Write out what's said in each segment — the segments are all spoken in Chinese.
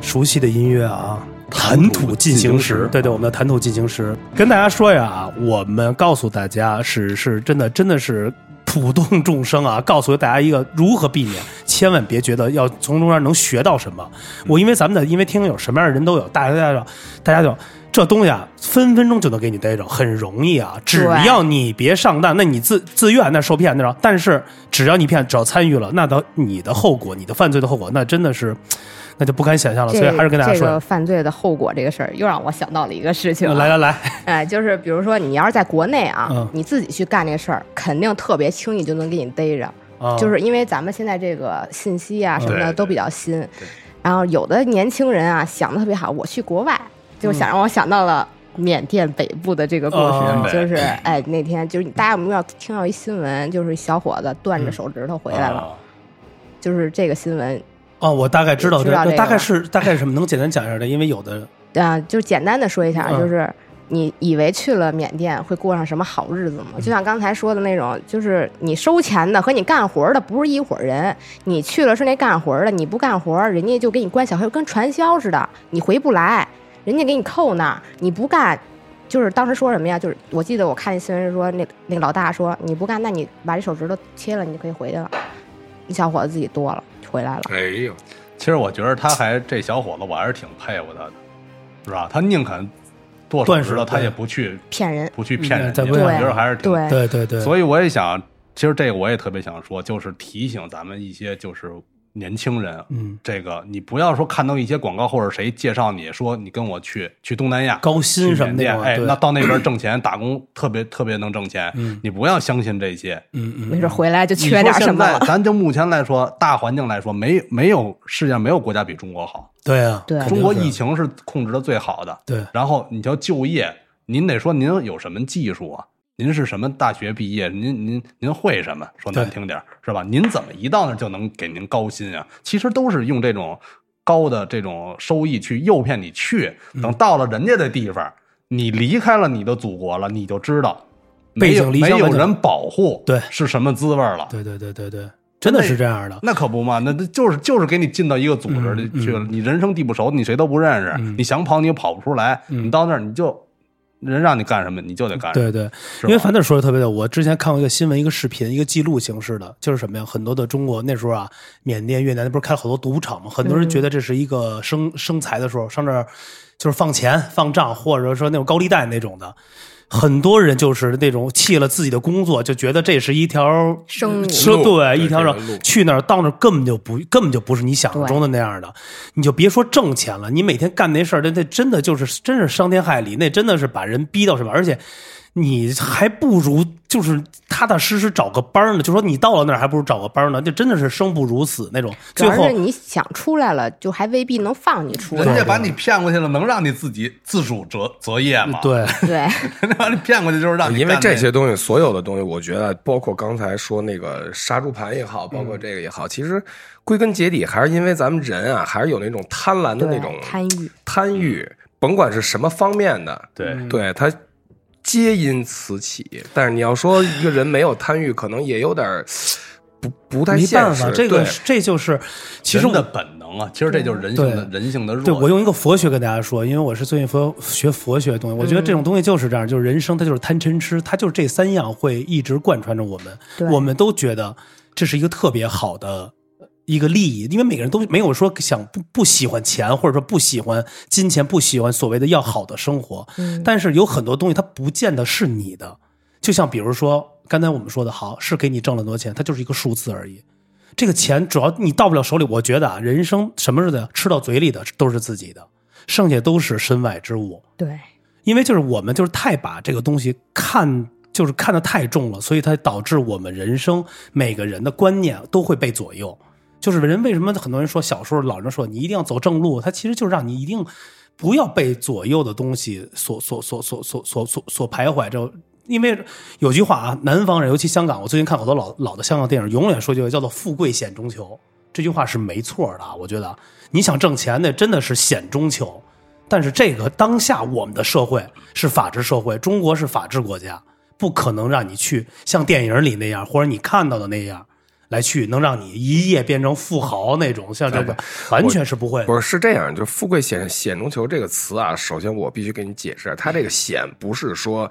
熟悉的音乐啊，《谈谈吐吐进进行行时时》。对对，我们的《谈吐进行时》跟大家说呀，我们告诉大家是是真的真的是普通众生啊， 告诉大家一个如何避免，千万别觉得要从中间能学到什么。我因为咱们的因为听友什么样的人都有，大家大家大家就。这东西啊，分分钟就能给你逮着，很容易啊。只对要你别上当，那你自自愿那受骗那种。但是只要你骗，只要参与了，那到你的后果，你的犯罪的后果，那真的是，那就不敢想象了。这啊所以还是跟大家这说，个犯罪的后果这个事儿，又让我想到了一个事情啊、来来来， 哎，就是比如说你要是在国内啊，嗯你自己去干这事儿，肯定特别轻易就能给你逮着，啊就是因为咱们现在这个信息啊什么对的都比较新，然后有的年轻人啊想的特别好，我去国外，嗯就想让我想到了。缅甸北部的这个故事，哦就是哎，那天就是大家有没有听到一新闻，就是小伙子断嗯着手指头回来了，哦啊就是这个新闻，哦，我大概知道知道这个大概是大概是什么，能简单讲一下的？因为有的啊，就简单的说一下，嗯就是你以为去了缅甸会过上什么好日子吗？嗯就像刚才说的那种，就是你收钱的和你干活的不是一伙人，你去了是那干活的，你不干活，人家就给你关小黑，跟传销似的，你回不来，人家给你扣那儿，你不干。就是当时说什么呀？就是我记得我看那新闻是说，那那个老大说你不干，那你把这手指头切了，你就可以回去了。那小伙子自己剁了，回来了。哎呦，其实我觉得他还这小伙子，我还是挺佩服他的，是吧？他宁肯剁手断指手头，他对也不去骗人，不去骗人家。嗯我对觉得还是挺 对对对对，所以我也想，其实这个我也特别想说，就是提醒咱们一些就是年轻人，嗯，这个你不要说看到一些广告或者谁介绍你说你跟我去去东南亚高去薪什么缅那甸，种，哎，对那到那边挣钱打工特别特别能挣钱，嗯你不要相信这些。嗯嗯，没准回来就你缺点说现什么在了。 咱就目前来说，大环境来说，没没有世界上没有国家比中国好，对啊，对肯定中国是疫情是控制的最好的。对然后你叫就业，您得说您有什么技术啊？您是什么大学毕业？您您您会什么？说难对听点儿是吧？您怎么一到那儿就能给您高薪啊？其实都是用这种高的这种收益去诱骗你去，嗯等到了人家的地方，你离开了你的祖国了，你就知道背没有井离没乡有的人保护，对是什么滋味儿了？对对对对对，真的是这样的。 那可不嘛，那那就是就是给你进到一个组织里嗯嗯去了，你人生地不熟，你谁都不认识，嗯你想跑你也跑不出来，嗯你到那儿你就人让你干什么你就得干什对么，对，是因吧为樊子说的特别对，我之前看过一个新闻，一个视频，一个记录形式的，就是什么呀？很多的中国那时候啊，缅甸、越南那不是开了好多赌场嘛，很多人嗯觉得这是一个生生财的时候，上这儿就是放钱、放账，或者说那种高利贷那种的。很多人就是那种弃了自己的工作，就觉得这是一条生路说路对，对一条这上条路去那儿到那儿根本就不根本就不是你想象对中的那样的，你就别说挣钱了，你每天干那事儿，那那真的就是真是伤天害理，那真的是把人逼到什么，而且你还不如就是踏踏实实找个班儿呢，就说你到了那儿还不如找个班儿呢，这真的是生不如死那种。主最要后是你想出来了，就还未必能放你出 人来。家把你骗过去了，能让你自己自主择择业吗？，对，对， 人家把你骗过去就是让你呃因为干这那些东西，所有的东西，我觉得包括刚才说那个杀猪盘也好，包嗯括这个也好，其实归根结底还是因为咱们人啊，还是有那种贪婪的那种对贪欲，贪欲，嗯甭管是什么方面的，对对它皆因此起。但是你要说一个人没有贪欲，可能也有点儿不不太没现办实。法，这个对这就是其实人我的本能啊，其实这就是人性的对人性的弱。对我用一个佛学跟大家说，因为我是最近佛学佛学的东西，我觉得这种东西就是这样，就是人生它就是贪嗔痴，它就是这三样会一直贯穿着我们对，我们都觉得这是一个特别好的。一个利益，因为每个人都没有说想不不喜欢钱，或者说不喜欢金钱，不喜欢所谓的要好的生活。嗯但是有很多东西它不见得是你的，就像比如说刚才我们说的，好是给你挣了很多钱，它就是一个数字而已。这个钱主要你到不了手里，我觉得啊，人生什么似的，吃到嘴里的都是自己的，剩下都是身外之物。对，因为就是我们就是太把这个东西看，就是看得太重了，所以它导致我们人生每个人的观念都会被左右。就是人为什么很多人说小时候老人说你一定要走正路，他其实就是让你一定不要被左右的东西所所所所所所所所徘徊着。因为有句话啊，南方人尤其香港，我最近看好多老老的香港电影，永远说句话叫做“富贵险中求”，这句话是没错的啊。我觉得啊你想挣钱，那真的是险中求。但是这个当下我们的社会是法治社会，中国是法治国家，不可能让你去像电影里那样，或者你看到的那样，来去，能让你一夜变成富豪那种，像这个完全是不会的。不是是这样，就“富贵险险中求”这个词啊，首先我必须给你解释，它这个“险”不是说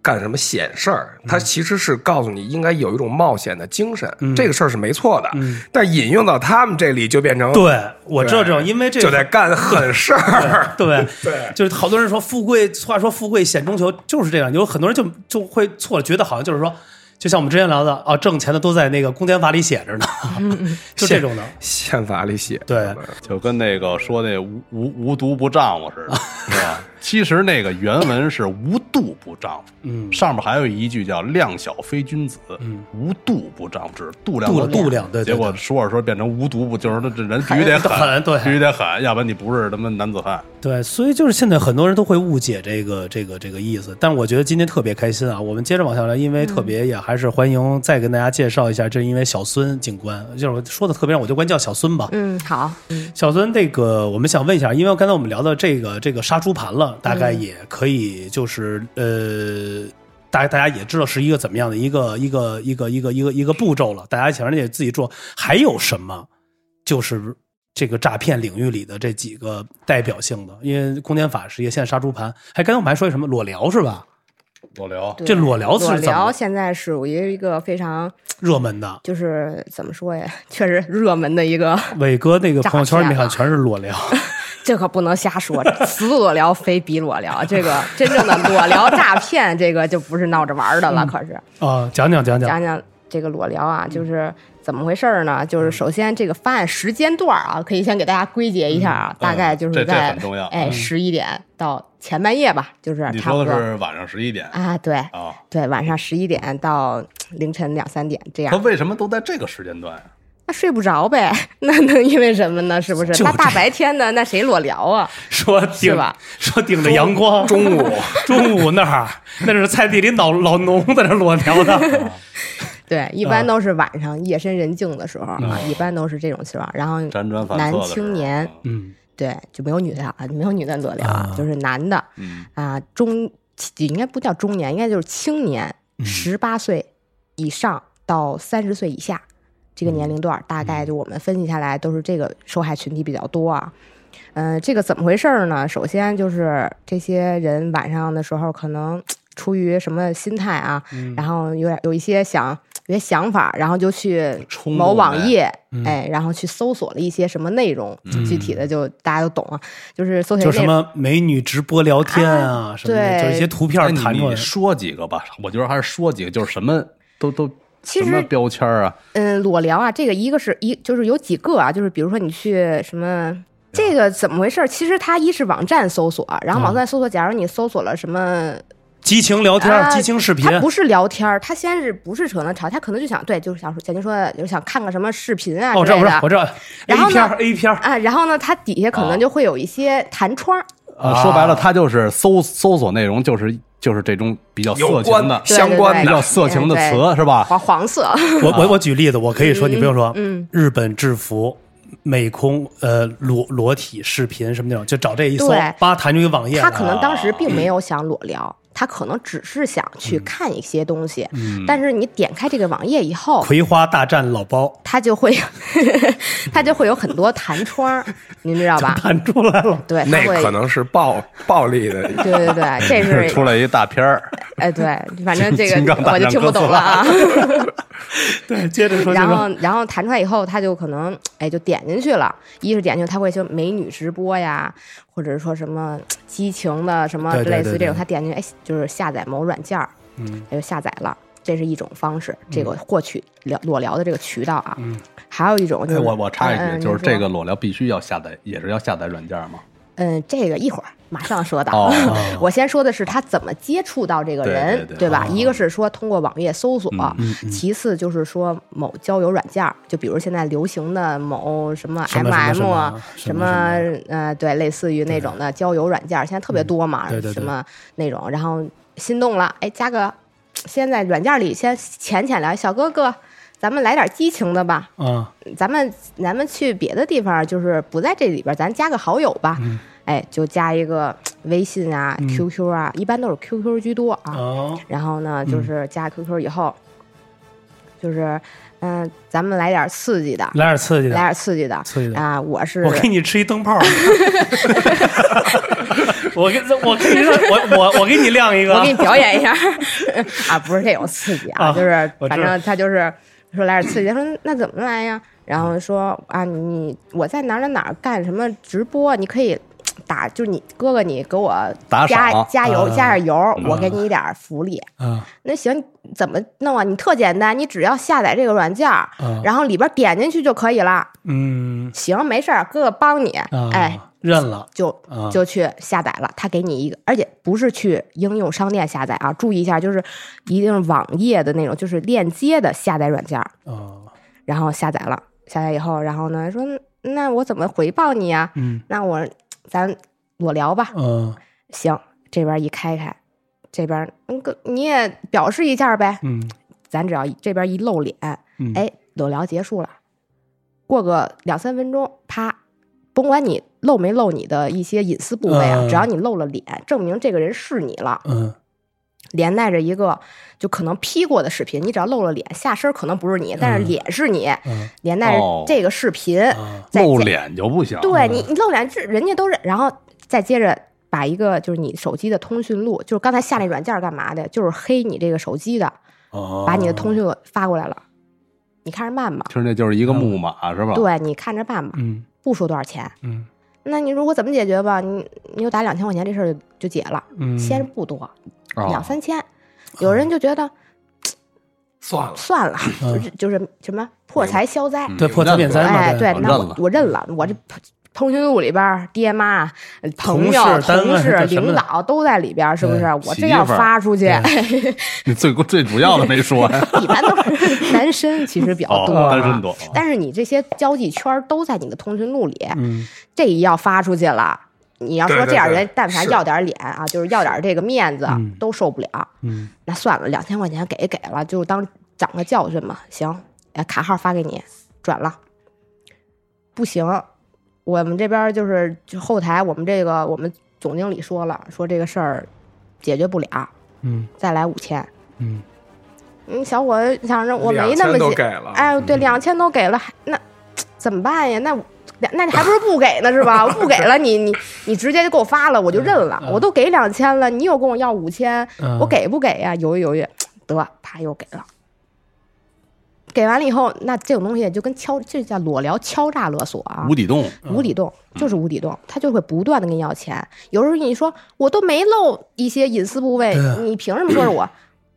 干什么险事儿，嗯它其实是告诉你应该有一种冒险的精神，这个事儿是没错的。但引用到他们这里就变嗯成对我知道这种，对因为这就得个。干狠事儿。对对就是好多人说富贵，话说富贵险中求，就是这样。有很多人就就会错了，觉得好像就是说，就像我们之前聊的啊，挣钱的都在那个公检法里写着呢， 就这种的。宪法里写对，就跟那个说那无无无毒不丈夫 似的，是吧？其实那个原文是无度不丈夫，嗯上面还有一句叫“量小非君子”，嗯无度不丈夫，只是度量度的度量对对结果说着说着变成无毒不，就是这人必须得狠狠对必须得狠，要不然你不是他妈男子汉。对，所以就是现在很多人都会误解这个这个这个意思，但我觉得今天特别开心啊！我们接着往下聊，因为特别也还是欢迎再跟大家介绍一下，这是因为小孙警官，就是我说的特别让我就管叫小孙吧。嗯，好，嗯小孙，这个我们想问一下，因为刚才我们聊到这个这个杀猪盘了，大概也可以就是、呃。大大家也知道是一个怎么样的一个一个一个一个一个一个步骤了，大家想让也自己做。还有什么就是这个诈骗领域里的这几个代表性的？因为公检法实业现在杀猪盘，还刚才我们还说什么裸聊是吧？老刘，对这裸聊是裸怎聊么现在是属于一个非常热门的？就是怎么说呀，确实热门的一个，伟哥那个朋友圈诈骗你看啊全是裸聊，这可不能瞎说， 此裸聊非彼裸聊，这个真正的裸聊诈骗，这个就不是闹着玩儿的了，可是。啊， 讲讲讲讲，讲讲这个裸聊嗯啊，就是怎么回事儿呢？就是首先这个发案时间段儿啊，可以先给大家归结一下嗯啊，大概就是这这在很重要哎十一点到前半夜吧，就是你差不说的多是晚上十一点啊，对啊？对，晚上十一点到凌晨两三点这他哦样，为什么都在这个时间段啊？那睡不着呗， 那能因为什么呢？是不是？就那这大白天的，那谁裸聊啊？说顶是吧说顶着阳光，中午中午那儿，那是菜地里老老农在那裸聊的。对，一嗯般都是晚上夜深人静的时候啊，一般都是这种情况。然后辗转反男侧的时候青年。嗯，对，就没有女的啊，就没有女的裸聊，啊就是男的，嗯啊，中应该不叫中年，应该就是青年，嗯十八岁以上到三十岁以下这个嗯年龄段儿，大概就我们分析下来都是这个受害群体比较多啊。嗯、这个怎么回事儿呢？首先就是这些人晚上的时候可能出于什么心态啊，嗯然后有点有一些想有些想法，然后就去冲某动网呗嗯页，哎，然后去搜索了一些什么内容，具体的就大家都懂啊，就是搜索就内什容。么美女直播聊天啊，什么的，对就一些图片哎，你弹出你来。说几个吧，我觉得还是说几个，就是什么都都其什实么标签啊？嗯，裸聊啊，这个一个是一就是有几个啊，就是比如说你去什么。这个怎么回事儿？其实它一是网站搜索，啊然后网站搜索，假如你搜索了什么，激情聊天、啊激情视频，它不是聊天儿，它先是不是扯能吵，它可能就想对，就是想说，简单说的，就是想看个什么视频啊哦，我之知道，类我知道，我的。知道。然 A 后呢片儿 A 片儿啊，然后呢，它底下可能就会有一些弹窗儿，啊，说白了，他就是搜搜索内容，就是就是这种比较色有关情的、对相关对比的较色情的词，啊是吧？黄黄色， 我我我举例子，我可以说，你不用说，嗯日本制服。美空呃裸裸体视频什么那种，就找这一搜对，叭弹出一个网页啊来。他可能当时并嗯没有想裸聊，他可能只是想去看一些东西，但是你点开这个网页以后，葵花大战老包它就会， 它就会有很多弹窗 儿，您知道吧？弹出来了，对，它那会，可能是暴暴力的。 对 对对，这出是，来一大片儿，哎，对，反正这金个刚大我就战听哥斯不懂了拉 啊。 对，接着说，接着然说后，然后弹出来以后，他就可能，哎，就点进去了。一是点进去，他会就美女直播呀，或者说什么激情的什么对对类似对于这对种，他点进去，哎，就是下载某软件儿，嗯，他就下载了。这是一种方式，这个嗯获取聊裸聊的这个渠道啊。嗯，还有一种就哎是我我插一嗯嗯句，就是您说这个裸聊必须要下载，也是要下载软件吗？嗯，这个一会儿马上说到。 哦我先说的是他怎么接触到这个人，对对对吧？哦一个是说通过网页搜索，嗯其次就是说某交友软件儿，就比如现在流行的某什么什 MM 么什么什么什什么么呃，对，类似于那种的交友软件儿，现在特别多嘛，嗯对对对什么那种，然后心动了，哎，加个，先在软件里先浅浅聊，小哥哥。咱们来点激情的吧，啊，咱们咱们去别的地方，就是不在这里边儿，咱加个好友吧。嗯哎，就加一个微信啊、QQ 啊，一般都是 QQ 居多啊。哦，嗯然后呢，就是加 QQ 以后，就是嗯，咱们来点刺激的，来点刺激来的，点刺激的刺激的。啊！我是我给你吃一灯泡儿， 我给我给你让我我我给你亮一个，我给你表演一下啊，不是这种刺激啊，啊就是我知反道正他就是说来点刺激，他说那怎么来呀？然后说啊，你我在哪儿哪儿哪儿干什么直播，你可以打，就是你哥哥你给我打加赏加油啊加点油，我给你一点儿福利。啊那行，怎么弄啊？你特简单，你只要下载这个软件儿，啊然后里边点进去就可以了。嗯行，没事儿，哥哥帮你。啊，哎，认了就啊，就去下载了，他给你一个，而且不是去应用商店下载啊，注意一下，就是一定是网页的那种，就是链接的下载软件儿，啊然后下载了，下载以后，然后呢说，那我怎么回报你啊？嗯那我咱裸聊吧，嗯行，这边一开开，这边嗯哥你也表示一下呗，嗯咱只要一这边一露脸，嗯，哎，裸聊结束了，过个两三分钟，啪，甭管你露没露你的一些隐私部位啊，嗯只要你露了脸，证明这个人是你了，嗯连带着一个就可能 P 过的视频，你只要露了脸，下身可能不是你，但是嗯脸是你，嗯连带哦着这个视频，啊再露见脸就不行。对嗯你，你露脸，这人家都认，然后再接着。把一个就是你手机的通讯录，就是刚才下那软件干嘛的，就是黑你这个手机的，哦，把你的通讯录发过来了，你看着办吧，其实那就是一个木马是吧？对你看着办吧，嗯不说多少钱，嗯那你如果怎么解决吧？你你就打两千块钱，这事儿就就解了。嗯，先不多，啊两三千。有人就觉得算了，算了，嗯就是就是什么破财消灾，嗯对破财免灾嘛，哎，对我，那认我了我认了，我这通通讯录里边儿爹妈、呃朋同友事、单同位事、这什么领的导都在里边儿，是不是？我这要媳妇儿发出去，你最最主要的没说呀。 一般都 是男生，其实比较哦多，，啊单身。多。但是你这些交际圈儿都在你的通讯录里，嗯这一要发出去了，你要说对对这样人对，但凡是要点脸啊，就是要点这个面子嗯，都受不了。嗯那算了，两千块钱给也给了，就当长个教训嘛。行，哎，卡号发给你，转了。不行，我们这边就是就后台，我们这个我们总经理说了，说这个事儿解决不了，嗯再来五千。嗯嗯，小伙子想着我没那2000么都紧给了，嗯哎，对，两千都给了，还那怎么办呀？那我那你还不如不给呢，是吧？我不给了，你你你直接就给我发了，我就认了。嗯我都给两千了，你又跟我要五千，嗯，我给不给呀？犹豫犹豫，得，啪又给了。给完了以后，那这种东西就跟敲，这叫裸聊敲诈勒索啊，无底洞，无底洞嗯就是无底洞，他就会不断的跟你要钱。有时候你说我都没露一些隐私部位对啊，你凭什么说是我？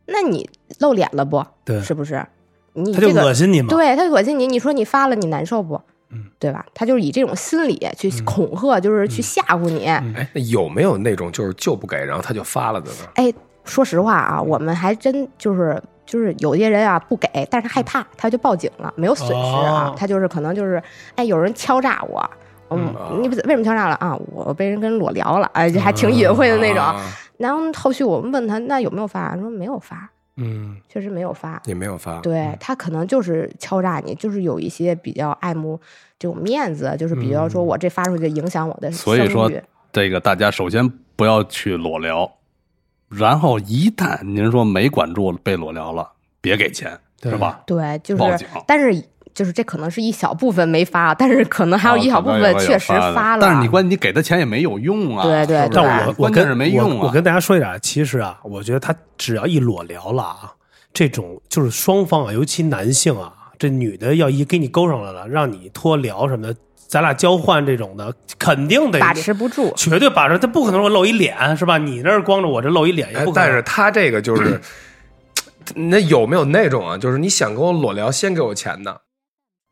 那你露脸了不？对是不是？你他就这个恶心你嘛，对他恶心你，你说你发了，你难受不？嗯，对吧？他就是以这种心理去恐吓，就是去吓唬你。嗯哎，那有没有那种就是就不给，然后他就发了的呢？哎，说实话啊，我们还真就是就是有些人啊不给，但是他害怕，他就报警了，没有损失啊，哦他就是可能就是哎有人敲诈我。嗯，你为什么敲诈了啊？我被人跟裸聊了，哎，这还挺隐晦的那种。啊然后后续我们问他，那有没有发？他说没有发，嗯确实没有发。也没有发，对他可能就是敲诈你，就是有一些比较爱慕这种面子，就是比较说我这发出去影响我的声所誉。以说这个大家首先不要去裸聊，然后一旦您说没管住被裸聊了，别给钱，对是吧？对，就报警是，但是就是这可能是一小部分没发，但是可能还有一小部啊可能分有确实有的发了。但是你关你给他钱也没有用啊，对对是不是对但我我关键跟是没用我。我啊。跟大家说一点，其实啊，我觉得他只要一裸聊了啊，这种就是双方啊，尤其男性啊，这女的要一给你勾上来了，让你脱聊什么的，咱俩交换这种的，肯定得把持不住，绝对把持，他不可能我露一脸是吧？你那儿光着我这露一脸也哎不可能。但是他这个 就是，那有没有那种啊？就是你想跟我裸聊，先给我钱的，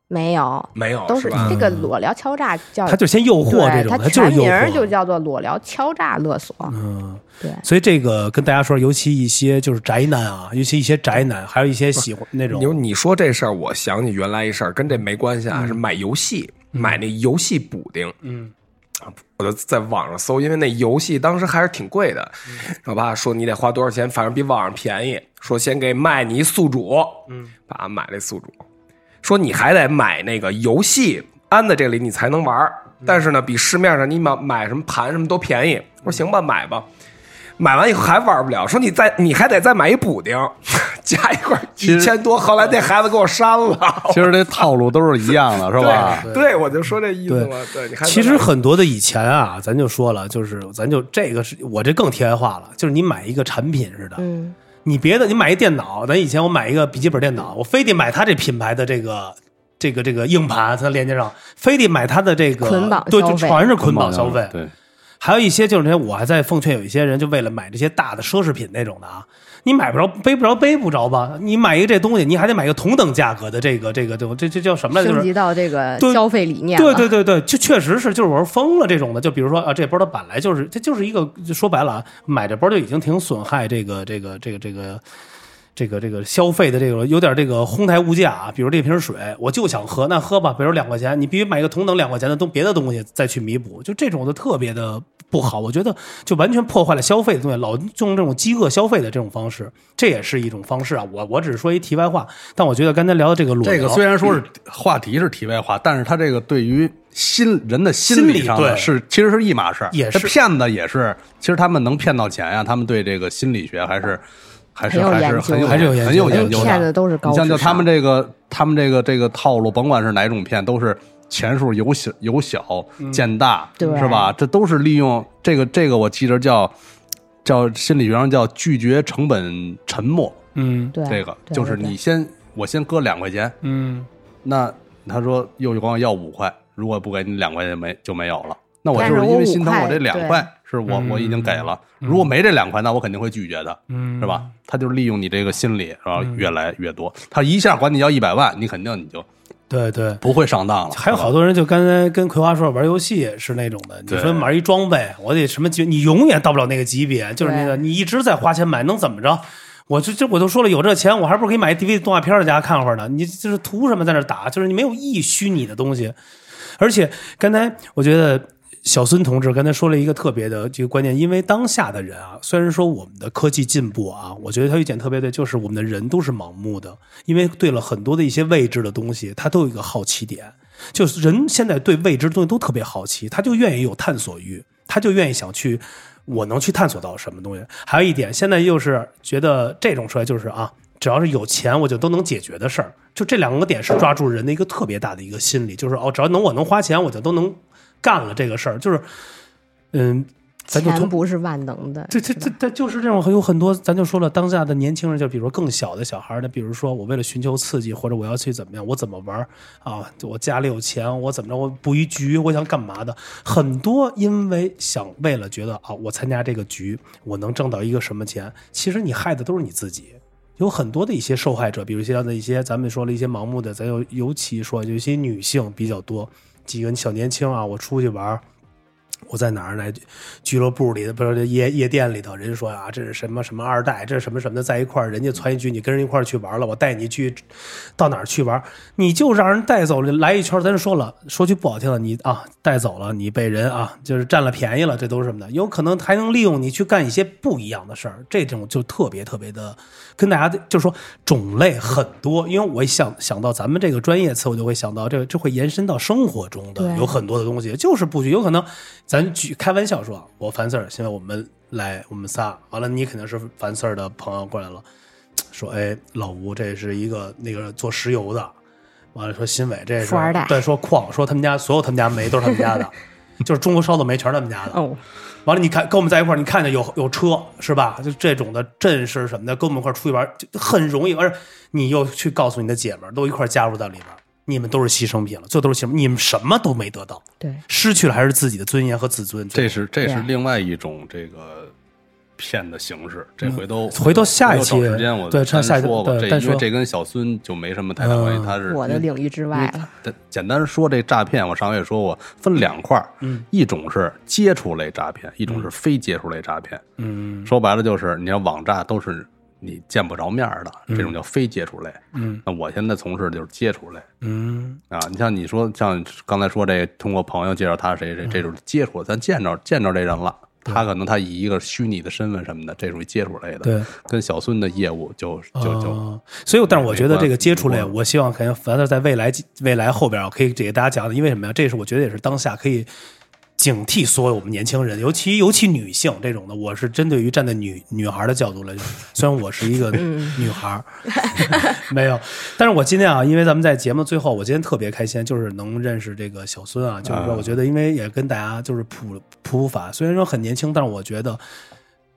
没哦有，没有，都是是吧这？个裸聊敲诈叫嗯他就先诱惑这对，种，他他就全是诱名儿就惑。叫做裸聊敲诈勒索。嗯，对，所以这个跟大家说，尤其一些就是宅男啊，尤其一些宅男，还有一些喜欢那种你说你说这事儿，我想起原来一事儿，跟这没关系啊，是买游戏，买那游戏补丁，啊嗯，我就在网上搜，因为那游戏当时还是挺贵的，我爸说你得花多少钱，反正比网上便宜，说先给卖你一宿主，嗯，爸买了一宿主，说你还得买那个游戏安在这里你才能玩儿，但是呢，比市面上你买买什么盘什么都便宜，我说行吧，买吧。买完以后还玩不了，说你再你还得再买一补丁， 加一块一千多，后来那孩子给我删 了。其实这套路都是一样的，是吧？对，对我就说这意思嘛。对，你还其实很多的以前啊，咱就说了，就是咱就这个是我这更题外话了，就是你买一个产品似的，嗯，你别的你买一电脑，咱以前我买一个笔记本电脑，我非得买它这品牌的这个。这个这个硬盘才能连接上，非得买它的这个捆绑对，消就费全是捆绑消费。嗯对，还有一些就是那我还在奉劝有一些人，就为了买这些大的奢侈品那种的啊，你买不着背不着背不着吧？你买一个这东西，你还得买一个同等价格的这个这个这个这这叫什么来着？就升级是到这个对消费理念对了对对对，就确实是，就是我说疯了这种的，就比如说啊，这包它本来就是，这就是一个就说白了啊，买这包就已经挺损害这个这个这个这个这个这个消费的这个有点这个哄抬物价啊。比如这瓶水，我就想喝，那喝吧，比如两块钱，你必须买一个同等两块钱的东别的东西再去弥补，就这种的特别的不好。我觉得就完全破坏了消费的东西，老用这种饥饿消费的这种方式，这也是一种方式啊。我我只是说一题外话，但我觉得刚才聊的这个裸这个聊嗯虽然说是话题是题外话，但是他这个对于心人的心理上心理的对是其实是一码事儿。也是这骗子也是，其实他们能骗到钱呀、他们对这个心理学还是还是很有还是研究很有还是有研究很有对研人究骗的子。都是高你智像商，就他们这个，他们这个这个套路，甭管是哪种骗，都是钱数由小由小嗯见大，对是吧？这都是利用这个这个，我记着叫叫心理学上叫拒绝成本沉没，嗯对这个对就是对对你先我先搁两块钱，嗯那他说又管我要五块，如果不给你两块钱没就没有了。那我但就是是我因为五心疼块我这两对块是我我已经给了，如果没这两块，那我肯定会拒绝的。嗯是吧？？他就利用你这个心理，然后越来越多。他一下管你要一百万，你肯定你就对对。不会上当了。还有是好吧多人就刚才跟葵花说玩游戏也是那种的，你对说玩一装备，我得什么级，你永远到不了那个级别，就是那个你一直在花钱买，能怎么着？我这这我都说了，有这钱，我还不如可以买一 DVD 动画片在家看会儿呢。你就是图什么在那儿打？就是你没有意义虚拟的东西。而且刚才我觉得小孙同志刚才说了一个特别的这个观念，因为当下的人啊，虽然说我们的科技进步啊，我觉得他有一点特别对，就是我们的人都是盲目的，因为对了很多的一些未知的东西，他都有一个好奇点。就是人现在对未知的东西都特别好奇，他就愿意有探索欲，他就愿意想去，我能去探索到什么东西。还有一点，现在又是觉得这种出来就是啊，只要是有钱，我就都能解决的事儿。就这两个点是抓住人的一个特别大的一个心理，就是哦，只要能我能花钱，我就都能干了这个事儿。就是，嗯，咱就钱通不是万能的，这这这这就是这种有很多，咱就说了，当下的年轻人，就比如说更小的小孩儿呢，比如说我为了寻求刺激，或者我要去怎么样，我怎么玩儿啊？就我家里有钱，我怎么着，我布一局，我想干嘛的？很多因为想为了觉得啊，我参加这个局，我能挣到一个什么钱，其实你害的都是你自己。有很多的一些受害者，比如像的一些咱们说了一些盲目的，咱尤尤其说有一些女性比较多，几个小年轻啊，我出去玩儿，我在哪儿来俱乐部里的，不是夜夜店里头，人说啊，这是什么什么二代，这是什么什么的，在一块儿，人家攒一局，你跟人一块儿去玩了，我带你去到哪儿去玩，你就让人带走了，来一圈儿，咱就说了，说句不好听的，你啊带走了，你被人啊就是占了便宜了，这都是什么的，有可能还能利用你去干一些不一样的事儿，这种就特别特别的，跟大家的就是说种类很多，因为我一想想到咱们这个专业词，我就会想到这个，这会延伸到生活中的对有很多的东西，就是不许有可能，咱举开玩笑说啊，我樊四儿，现在我们来我们仨，完了你肯定是樊四儿的朋友过来了。说，哎，老吴这是一个那个做石油的，完了说新伟这是富二代对，说矿，说他们家所有他们家煤都是他们家的， 就是中国烧的煤全是他们家的。哦，完了，你看跟我们在一块儿，你看见有有车是吧？就这种的阵势什么的，跟我们一块儿出去玩就很容易，而你又去告诉你的姐们儿，都一块儿加入到里边儿，你们都是牺牲品了，最后都是牺牲，你们什么都没得到，对，失去了还是自己的尊严和自尊。这是这是对另外一种这个骗的形式。这回都嗯回头下一期回头找时间我对单下一期说吧。对这单因为说这跟小孙就没什么太大关嗯系，他是我的领域之外了，简简单说这诈骗，我上回也说过，分两块儿，嗯一种是接触类诈骗，一种是非接触类诈骗。嗯说白了就是，你要网诈都是你见不着面儿的，这种叫非接触类。嗯那我现在从事的就是接触类嗯啊。你像你说，像刚才说这通过朋友介绍他嗯谁谁，这种接触，咱见着见着这人了。他可能他以一个虚拟的身份什么的，这属于接触类的。对，跟小孙的业务就就就哦所以我，但是我觉得这个接触类，没关我希望可能反正在未来未来后边，我可以给大家讲的，因为什么呀？这是我觉得也是当下可以警惕所有我们年轻人，尤其尤其女性这种的，我是针对于站在女女孩的角度来讲，虽然我是一个女孩儿， 没有，但是我今天啊，因为咱们在节目最后，我今天特别开心，就是能认识这个小孙啊，就是说，我觉得因为也跟大家就是普普普法，虽然说很年轻，但是我觉得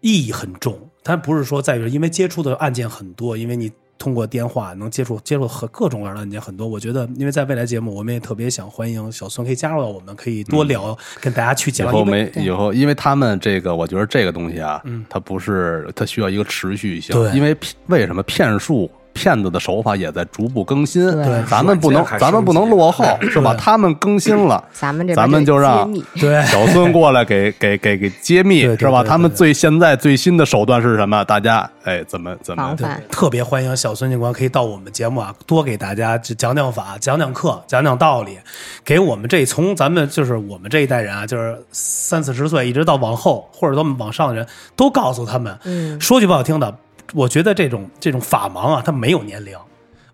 意义很重。它不是说在于因为接触的案件很多，因为你通过电话能接触接触和各种各样的案件很多。我觉得，因为在未来节目，我们也特别想欢迎小孙可以加入到我们，可以多聊，跟大家去嗯以讲。后因为没以后，因为他们这个，我觉得这个东西啊，嗯它不是它需要一个持续性，对因为骗为什么骗术？骗子的手法也在逐步更新，对咱们不能软件还，咱们不能升级落后，是吧？他们更新了，嗯咱们这边咱们就就让揭秘对 小孙过来给给给给揭秘对对是吧？对他们对最现在最新的手段是什么？大家哎，怎么怎么防对范，特别欢迎小孙警官可以到我们节目啊，多给大家讲讲法、讲讲课、讲讲道理，给我们这从咱们就是我们这一代人啊，就是三四十岁一直到往后或者到往上的人都告诉他们，嗯说句不好听的，我觉得这种这种法盲啊，他没有年龄。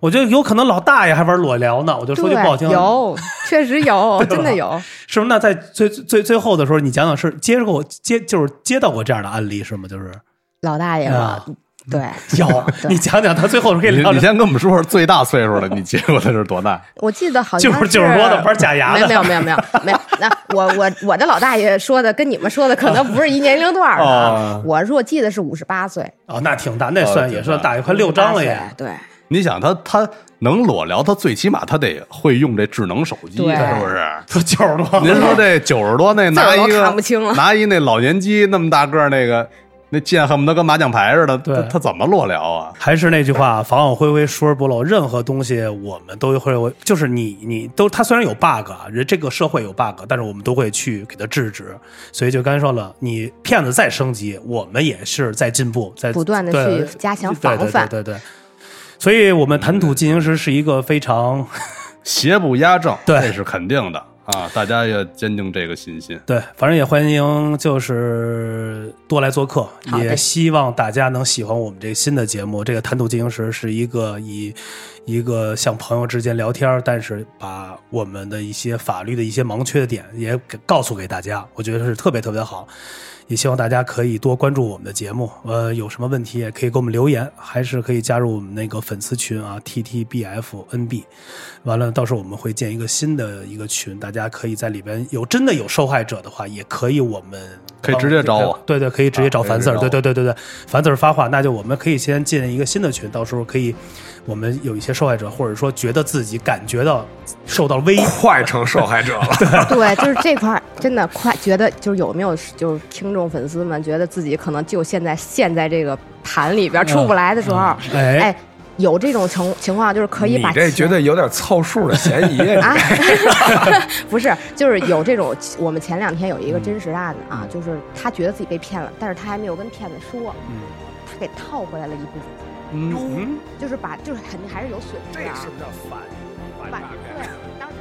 我觉得有可能老大爷还玩裸聊呢，我就说啊句不好听对，的，有，确实 有，真的有。是不是？那在最最最后的时候，你讲讲是接过接就是接到过这样的案例是吗？就是老大爷啊了，对，嗯 有，对你讲讲他最后可以你聊你聊，先跟我们说说最大岁数的，你结过的是多大？我记得好就像是就是说的玩假牙没的有没，有没有没有没有，那我我我的老大爷说的跟你们说的可能不是一年龄段儿的啊，哦我说我记得是五十八岁，哦，那挺大，那算哦也挺大算大，也快六张了也。 58岁对。你想他他能裸聊，他最起码他得会用这智能手机，啊对是 不是？说九十多，您说这九十 多那拿一字儿都个看不清 了拿一那老年机那么大个儿那个那剑恨不得跟麻将牌似的，对他他怎么裸聊啊？还是那句话，防网恢恢，疏而不漏。任何东西我们都会，就是你你都，它虽然有 bug 啊，人这个社会有 bug，但是我们都会去给它制止。所以就刚才说了，你骗子再升级，我们也是在进步，在不断地对去加强对对防范对对对对所以我们谈吐进行时是一个非常邪不压正，对这是肯定的啊！大家要坚定这个信心。对，反正也欢迎，就是多来做客，好的也希望大家能喜欢我们这个新的节目。这个谈吐进行时是一个以一个像朋友之间聊天儿，但是把我们的一些法律的一些盲缺点也给告诉给大家，我觉得是特别特别好。也希望大家可以多关注我们的节目，呃，有什么问题也可以给我们留言，还是可以加入我们那个粉丝群啊，ttbfnb。完了，到时候我们会建一个新的一个群，大家可以在里边有真的有受害者的话，也可以我们可以直接找我对对，可以直接找啊可以樊直四接儿，找对我对对对对，樊四儿发话，那就我们可以先建一个新的群，到时候可以我们有一些受害者，或者说觉得自己感觉到受到威胁。快成受害者了。对，就是这块儿真的快，觉得就是有没有就是听众粉丝们觉得自己可能就现在陷在这个盘里边儿出不来的时候，嗯哎哎，有这种情情况，就是可以 你把这钱觉得有点凑数的嫌疑， 啊，不是，就是有这种，我们前两天有一个真实案子啊，就是他觉得自己被骗了，但是他还没有跟骗子说，嗯他给套回来了一部分，嗯。就是把就是肯定还是有损失啊，叫反把对，当时。